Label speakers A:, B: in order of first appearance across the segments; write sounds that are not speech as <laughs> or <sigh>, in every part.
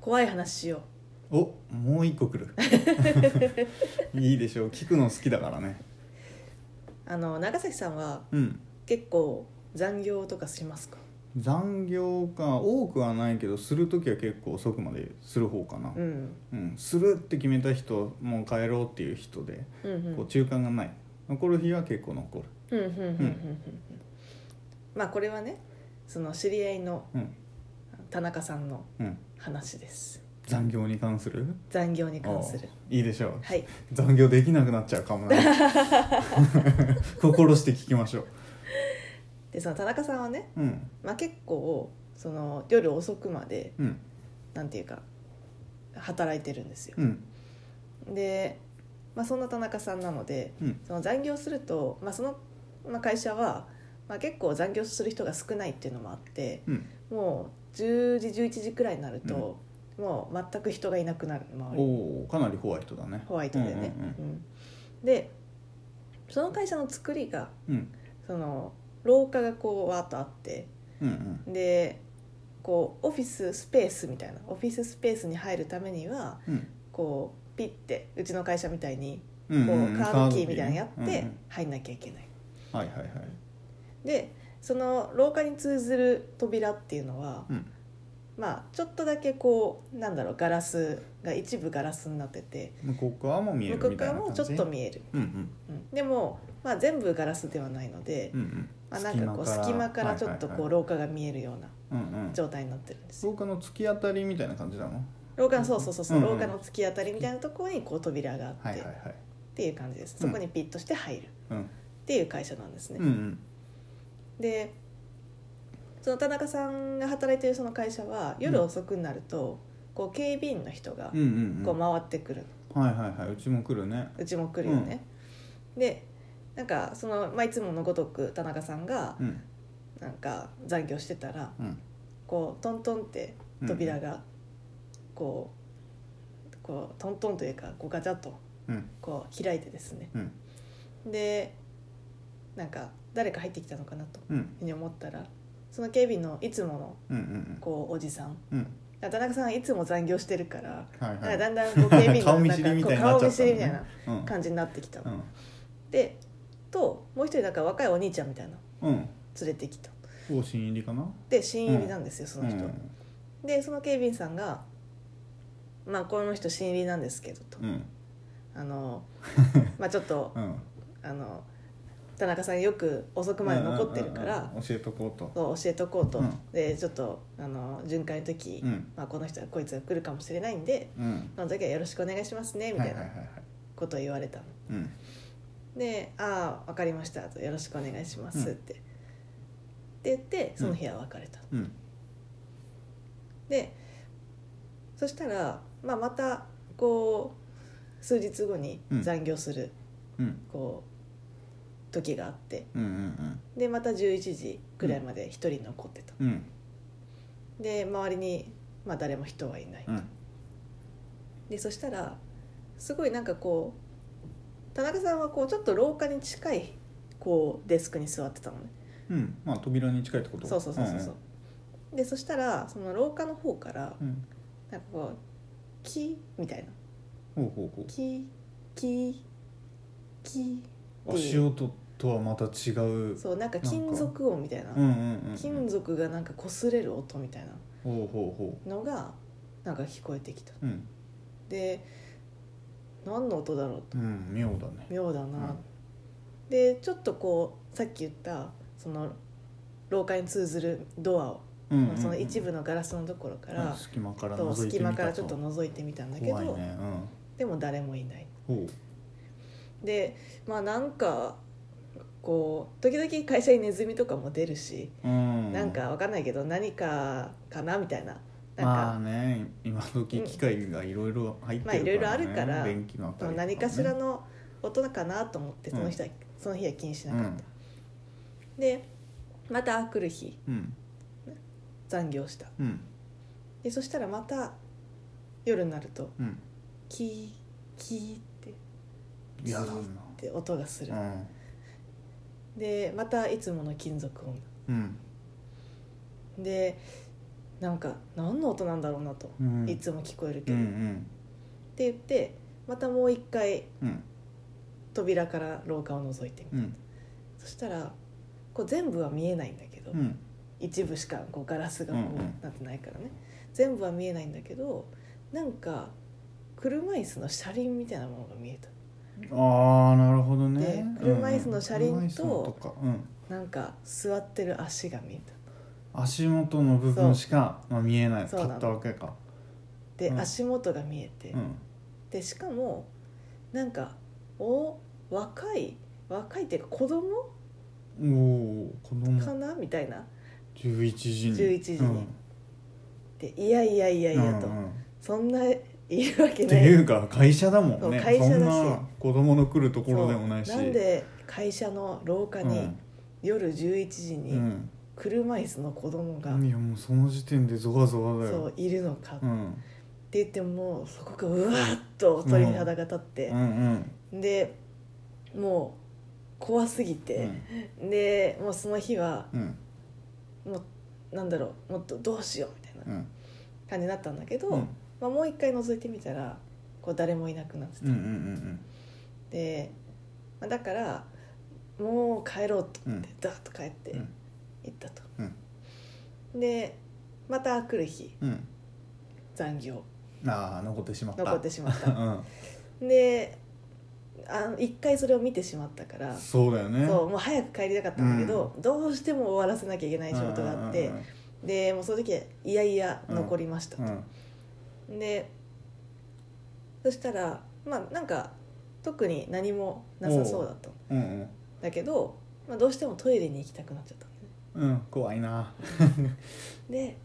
A: 怖い話しよ
B: おもう一個
A: <laughs>
B: 来るいいでしょう聞くの好きだからね
A: うあの長崎さんは
B: うん
A: 結構残業とかしますか
B: 残業か多くはないけどする時は結構遅くまでする方かな、
A: うん
B: うんするって決めた人もう帰ろうっていう人で、
A: うんうん
B: こう中間がない残る日は結構残る
A: うんうんうんうんうんうんまあこれはねその知り合いの
B: うん
A: 田中さんの
B: うん
A: 話です
B: 残業に関する
A: 残業に関する
B: おいいでしょう
A: はい
B: 残業できなくなっちゃうか
A: <laughs>
B: もな心して聞きましょ
A: でその田中さんはね、
B: ううん
A: まあ、結構その夜遅くまで
B: うん
A: なんていうか働いてるんですよ
B: うん
A: で、まあ、そんな田中さんなので
B: うん
A: その残業すると、まあ、その、まあ、会社は、まあ、結構残業する人が少ないっていうのもあって
B: うん
A: もう10時11時くらいになると、もう全く人がいなくなる周りに
B: おおかなりホワイトだね
A: ホワイトでね、
B: う
A: うんでその会社の作りが
B: うん
A: その廊下がこうわーっとあって
B: うんうん
A: でこうオフィススペースみたいなオフィススペースに入るためには
B: うん
A: こうピッてうちの会社みたいに
B: うん
A: こ
B: うん
A: うカードキーみたいなのや
B: う
A: っ
B: んうん
A: て入んなきゃいけない。
B: はいはいはい
A: でその廊下に通ずる扉っていうのは、
B: うん
A: まあちょっとだけこうなんだろうガラスが一部ガラスになってて
B: 向こう側も見え
A: 向
B: る
A: こ
B: み
A: う
B: たい
A: 側
B: な
A: も
B: 感
A: ち
B: じ
A: ょっと見える、
B: うんうん
A: うんでも、まあ、全部ガラスではないので、
B: うんうん
A: まあ、なんかこう隙間からちょっとこう
B: はいはいはい
A: 廊下が見えるような
B: うんうん
A: 状態になってるんですよ
B: 廊下の突き当たりみたいな感じなの
A: 廊下そうそうそうそう、
B: うんうん
A: 廊下の突き当たりみたいなところにこう扉があって、
B: はいはいは
A: っ
B: い
A: ていう感じです
B: う
A: そ
B: ん
A: こにピッとして入るっ
B: うん
A: ていう会社なんですね、
B: うんうん
A: でその田中さんが働いてるその会社は夜遅くになると、こう警備員の人が
B: うんうん
A: こ
B: う
A: うん回ってくるの、
B: はいはいはいうちも来るね
A: うちも来るよね、でなんかその、まあ、いつものごとく田中さんが
B: うん
A: なんか残業してたら
B: うん
A: こうトントンって扉がこう,、こうトントンというかこうガチャッと
B: うん
A: こう開いてですね
B: うん
A: でなんか誰か入ってきたのかなという
B: うん
A: ふうに思ったらその警備のいつもの
B: うんうん
A: こうおじさん
B: うん
A: 田中さんはいつも残業してるから,、
B: はい
A: な
B: は
A: んか
B: い
A: だんだんこう警備員の
B: 顔見
A: な
B: 知り
A: ん
B: み
A: か
B: た
A: こ
B: いうにな
A: 顔
B: っち
A: 見
B: ゃった
A: 知
B: の
A: り
B: ね
A: みたいな
B: うん
A: 感じになってきたの、
B: うん
A: でともう一人だから若いお兄ちゃんみたいなの
B: うん
A: 連れてきた
B: お新入りかな
A: で新入りなんですよ、その人、
B: うん
A: でその警備員さんが「まあこの人新入りなんですけど」と
B: うん
A: 「あのまあちょっと
B: うん
A: あの田中さんよく遅くまで残ってるから、
B: うんうんうん教えとこうと
A: そう教えとこうと」
B: うん
A: でちょっとあの巡回の時、
B: うん
A: まあ、この人はこいつが来るかもしれないんで
B: うん
A: その時はよろしくお願いしますねみ
B: は
A: た
B: いはい
A: いな
B: は
A: い
B: はい
A: ことを言われたの、
B: うん
A: で「ああ分かりました」と「よろしくお願いします」って、って言ってその日は別れたの、
B: うん
A: でそしたら、まあ、またこう数日後に
B: うん
A: 残業する、
B: うん
A: こう時があって
B: うんうん
A: でまた11時くらいまで一人残ってた、
B: うんうん
A: で周りに、まあ、誰も人はいない、
B: うん
A: でそしたらすごいなんかこう田中さんはこうちょっと廊下に近いこうデスクに座ってたのね
B: うんまあ扉に近いってこと
A: そうそうそうそうそう、でそしたらその廊下の方から
B: うんうん
A: なんかこうキーみたいな
B: ほうほうほう
A: キーキーキーって
B: 足
A: いう
B: 音とはまた違う
A: そうなんか金属音みたいな
B: うんうんうんうん
A: 金属がなんか擦れる音みたいな
B: ほうほうほ
A: のがなんか聞こえてきた
B: ううん
A: で何の音だろう
B: うん妙だね
A: 妙だな、
B: うん
A: でちょっとこうさっき言ったその廊下に通ずるドアを、
B: うんうんうん
A: その一部のガラスのところか
B: うん
A: ら、
B: 隙間から
A: と
B: 覗いて
A: 隙
B: みた
A: 間からちょっと覗いてみたんだけど、
B: 怖いねうん
A: でも誰もいない
B: ほ
A: でまあなんかこう時々会社にネズミとかも出るし、
B: ううん
A: なんかわかんないけど何かかなみたいななんか、
B: まあね今時機械がいろいろ入ってるから、ね
A: まあいろいろあるから
B: 電気の明
A: そ
B: かりとか
A: の
B: ね
A: 何かしらの音かなと思ってその日は、その日は気にしなかった、でまた来る日
B: うん
A: 残業した
B: うんうん
A: でそしたらまた夜になると
B: うん
A: キーキーって
B: 嫌だな
A: って音がする、
B: うん
A: でまたいつもの金属音
B: うん
A: でなんか何の音なんだろうなと、
B: うん
A: いつも聞こえるけ
B: う
A: ど、
B: んう
A: って言
B: ん
A: ってまたもう一回
B: うん
A: 扉から廊下を覗いてみ
B: う
A: る、
B: ん
A: そしたらこう全部は見えないんだけど、
B: うん
A: 一部しかこうガラスがこ
B: うんうん
A: うなってないからね、全部は見えないんだけどなんか車椅子の車輪みたいなものが見えた
B: ああなるほど
A: で
B: ね
A: 車椅子の車輪と
B: うんうん車椅子のかうん
A: なんか座ってる足が見えた
B: 足元の部分しか、まあ、見えない
A: そうなの
B: かったわけか
A: で、
B: うん
A: 足元が見えて、
B: うん
A: でしかもなんかお若い若いっていうか子供
B: おお子供
A: かな、みたいな
B: 11時に
A: 11時に
B: うん
A: でいやいやいやいやと、
B: うんうん
A: そんないるわけ
B: っ
A: な
B: て
A: い
B: いうか会社だも
A: そ
B: ん
A: う
B: ね
A: 会社だし
B: そんな子供の来るとこ
A: そう
B: ろでもないし
A: んで会社の廊下に、
B: うん
A: 夜11時
B: う
A: に
B: ん
A: 車椅子の子供が、
B: いやもうその時点でゾワゾワだ
A: そ
B: よ
A: ういるのかっ
B: うん
A: て言ってもうそこがうわーっと鳥肌が立って
B: うんう、ん
A: でもう怖すぎ
B: う
A: て、
B: ん
A: でもうその日は
B: うん
A: もうなんだろうもっとどうしようみたいな
B: うん
A: 感じになったんだけど、
B: うん
A: まあ、もう一回覗いてみたらこう誰もいなくなってて、
B: うんうん
A: で、まあ、だからもう帰ろうと思って
B: う
A: ダーッと帰って
B: うん
A: 行ったと、
B: うん
A: でまた来る日
B: うん
A: 残業
B: うんああ残ってしまった
A: 残ってしまっ
B: う <laughs>
A: た
B: ん
A: であ一回それを見てしまったから
B: そうだよね
A: そうもう早く帰りたかったんだけど、どうしても終わらせなきゃいけない仕事があって、でもうその時はいやいや残りました
B: う
A: と、
B: ん
A: でそしたらまあなんか特に何もなさそうだったん
B: うんうん
A: だけど、まあ、どうしてもトイレに行きたくなっちゃったんだよ
B: うん怖いな
A: ねで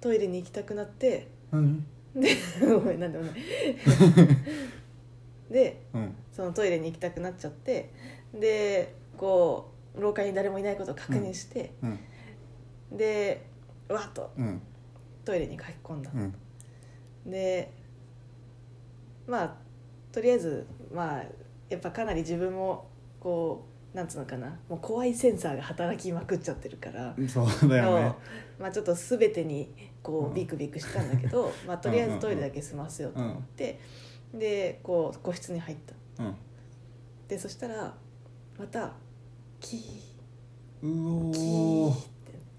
A: トイレに行きたくなって
B: 何
A: でごめんなんでも
B: <laughs>
A: ないで
B: うん
A: そのトイレに行きたくなっちゃってでこう廊下に誰もいないことを確認して、
B: うん
A: でわーっと
B: うん
A: トイレに駆け込んだ
B: う、ん
A: でまあとりあえずまあやっぱかなり自分もこうなんつうのかなもう怖いセンサーが働きまくっちゃってるから、
B: そうだよね
A: そうまあ、ちょっと全てにこ
B: うん
A: うビクビクしたんだけ
B: <laughs>
A: ど、まあ、とりあえずトイレだけ済ませようと思って、でこう個室に入ったでそしたらまたキー
B: うん
A: キ
B: う
A: ー
B: お
A: っ
B: ー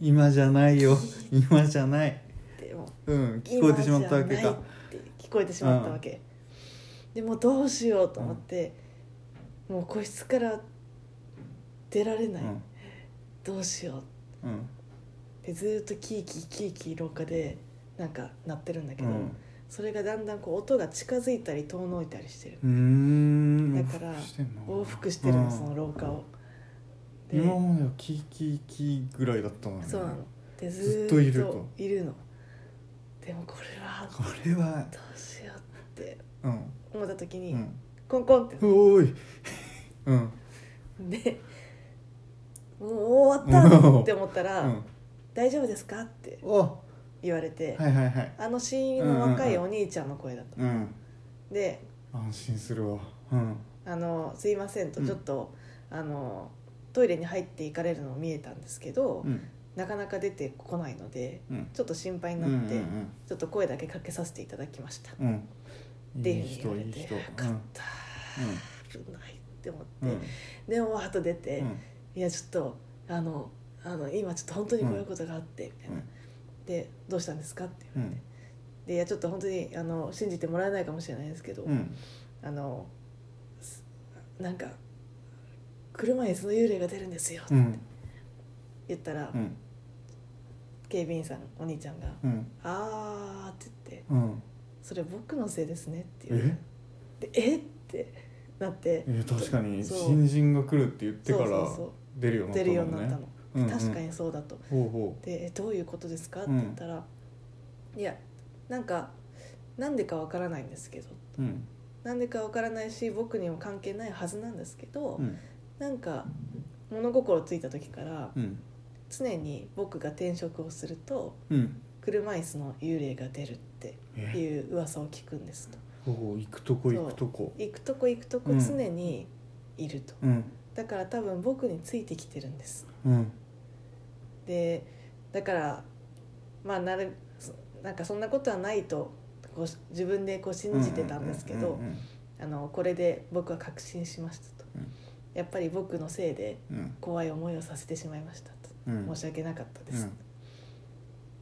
B: 今じゃないよ今じゃない
A: てもう
B: うん聞こえてしまったわけ
A: 今じゃ
B: か
A: ないって聞こえてしまったわけ、でもうどうしようと思って、もう個室から出られない、
B: うん
A: どうしようっ
B: うん
A: てずーっとキーキーキーキー廊下でなんか鳴ってるんだけ
B: う
A: ど、
B: ん
A: それがだんだんこう音が近づいたり遠のいたりしてる
B: うーん
A: だから
B: 往復してんの
A: 往復してるの、
B: うん
A: その廊下をで、
B: 今まではキーキーキーぐらいだったのに
A: そうなので
B: ず
A: ず
B: っ
A: ーっ
B: と
A: と
B: い
A: い
B: る
A: る
B: と
A: のでもこれは
B: これは
A: どうしようって
B: うん
A: 思った時に、
B: うん
A: コンコンって
B: おーいう
A: <laughs>
B: ん
A: でもう終わったって思った
B: <laughs> う
A: ら「
B: ん
A: 大丈夫ですか?」って
B: おは
A: 言われて、
B: いはいはい
A: あの親友の若いお兄ちゃんの声だった、
B: うん
A: で
B: 安心するわうん
A: 「あのすいません」と
B: うん
A: ちょっと、あのトイレに入って行かれるのを見えたんですけど、
B: うん
A: なかなか出てこないので
B: うん
A: ちょっと心配に
B: う
A: なって、
B: ん
A: ちょっと声だけかけさせていただきました、っ
B: うんうん
A: て
B: い
A: い
B: い
A: ふ
B: う
A: う
B: 人
A: に言
B: い
A: わ
B: い
A: れて
B: 人
A: 「
B: う
A: よかっ
B: ん
A: た危ない」って思って、
B: うんうん
A: でもわーっと出て、
B: うん
A: いやちょっとあのあの今ちょっと本当にこういうことがあって」みたいな。で「どうしたんですか?」って
B: う
A: 言われて
B: ん
A: 「でいやちょっと本当にあの信じてもらえないかもしれないですけど、
B: うん
A: あのすなんか車にその幽霊が出るんですよ」って
B: うん
A: 言ったら、
B: うん
A: 警備員さんお兄ちゃんが
B: うん
A: 「あー」って言って
B: うん
A: 「それ僕のせいですね」って言うでえってなって
B: え確かに
A: そう
B: 新人が来るって言ってか
A: そうそう
B: ら
A: そう
B: 出るようにな
A: 出
B: った
A: るよ
B: も
A: うになった
B: ん
A: の
B: ね、うんうん
A: 確かにそうだと
B: ほうほ
A: でえどういうことですか?」って言ったら「いやなんかなんでかわからないんですけど」
B: ううん
A: なんでかわからないし僕にも関係ないはずなんですけど、
B: うん
A: なんか物心ついた時から
B: うん
A: 常に僕が転職をすると
B: うん
A: 車椅子の幽霊が出るって
B: え
A: いう噂を聞くんですと
B: ほうほう行くとこ
A: そう
B: 行くとこ
A: 行くとこ行くとこ
B: うん
A: 常にいると、
B: うん
A: だから多分僕についてきてるんです
B: うん
A: でだからまあなるそなんかそんなことはないとこう自分でこう信じてたんですけど
B: うんうん
A: あのこれで僕は確信しましたと、
B: うん
A: やっぱり僕のせいで
B: うん
A: 怖い思いをさせてしまいましたと、
B: うん
A: 申し訳なかったです、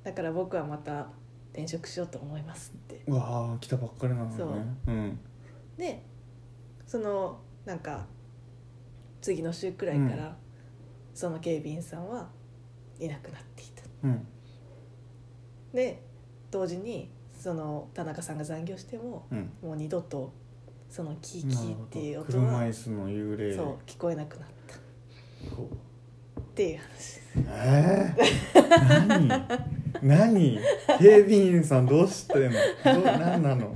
A: だから僕はまた転職しようと思いますって
B: うんうわあ来たばっかりなのに
A: そう
B: ねうん
A: でそのなんか次の週くらいから、
B: う
A: その警備員さんはいなくなっていた
B: うん
A: で同時にその田中さんが残業しても
B: うん
A: もう二度とそのキーキ
B: なる
A: ー
B: ほ
A: っていう
B: ど
A: 音は
B: 車椅子の幽霊
A: そう聞こえなくなったっ
B: こう
A: ていう話
B: えー、何何警備員さんどうしてんのどう何なの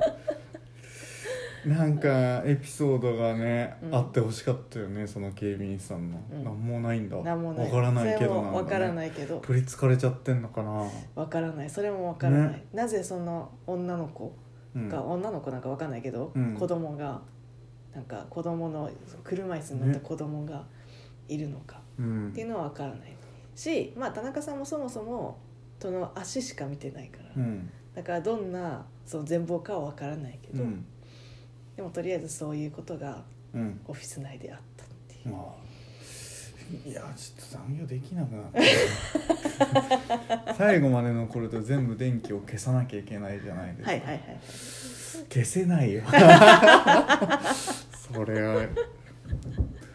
B: なんかエピソードがね、
A: うん
B: あってほしかったよねその警備員さんの、
A: うん
B: なんもないんだ
A: 何もない
B: わからない
A: そ
B: けど
A: れ
B: なん
A: もわから
B: い
A: ないけど
B: 取りつかれちゃってんのかな、
A: わからないそれもわからない、
B: ね
A: なぜその女の子
B: うん、
A: が、女の子なんかわかんないけど、
B: うん
A: 子供がなんか子供の車椅子に乗った子供がいるのか
B: うん
A: っていうのはわからないしまあ田中さんもそもそもその足しか見てないから、
B: うん
A: だからどんなその全貌かはわからないけ
B: う
A: ど、
B: ん
A: でもとりあえずそういうことが
B: うん
A: オフィス内であったっていう、
B: まあいやちょっと残業できなくな
A: <laughs>
B: ったな最後まで残ると全部電気を消さなきゃいけないじゃないですか、
A: はいはいはい
B: 消せな
A: <laughs>
B: いよそれは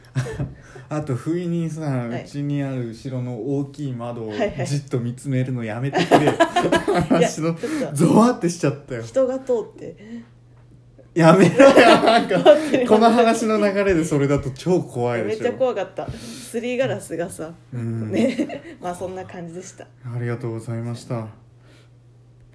B: <laughs> あと不意にさ、
A: いう
B: ちにある後ろの大きい窓を
A: はいはい
B: じっと見つめるのやめて
A: <laughs>
B: くれよ話の
A: ちょっと
B: ゾワってしちゃったよ
A: 人が通って
B: やめろよな
A: <laughs>
B: んか
A: ってる
B: この話の流れでそれだと超怖い
A: め
B: で
A: っ
B: しょ
A: ちゃ怖かったすりガラスがさ、
B: うん
A: ね <laughs> まあそんな感じでした
B: ありがとうございました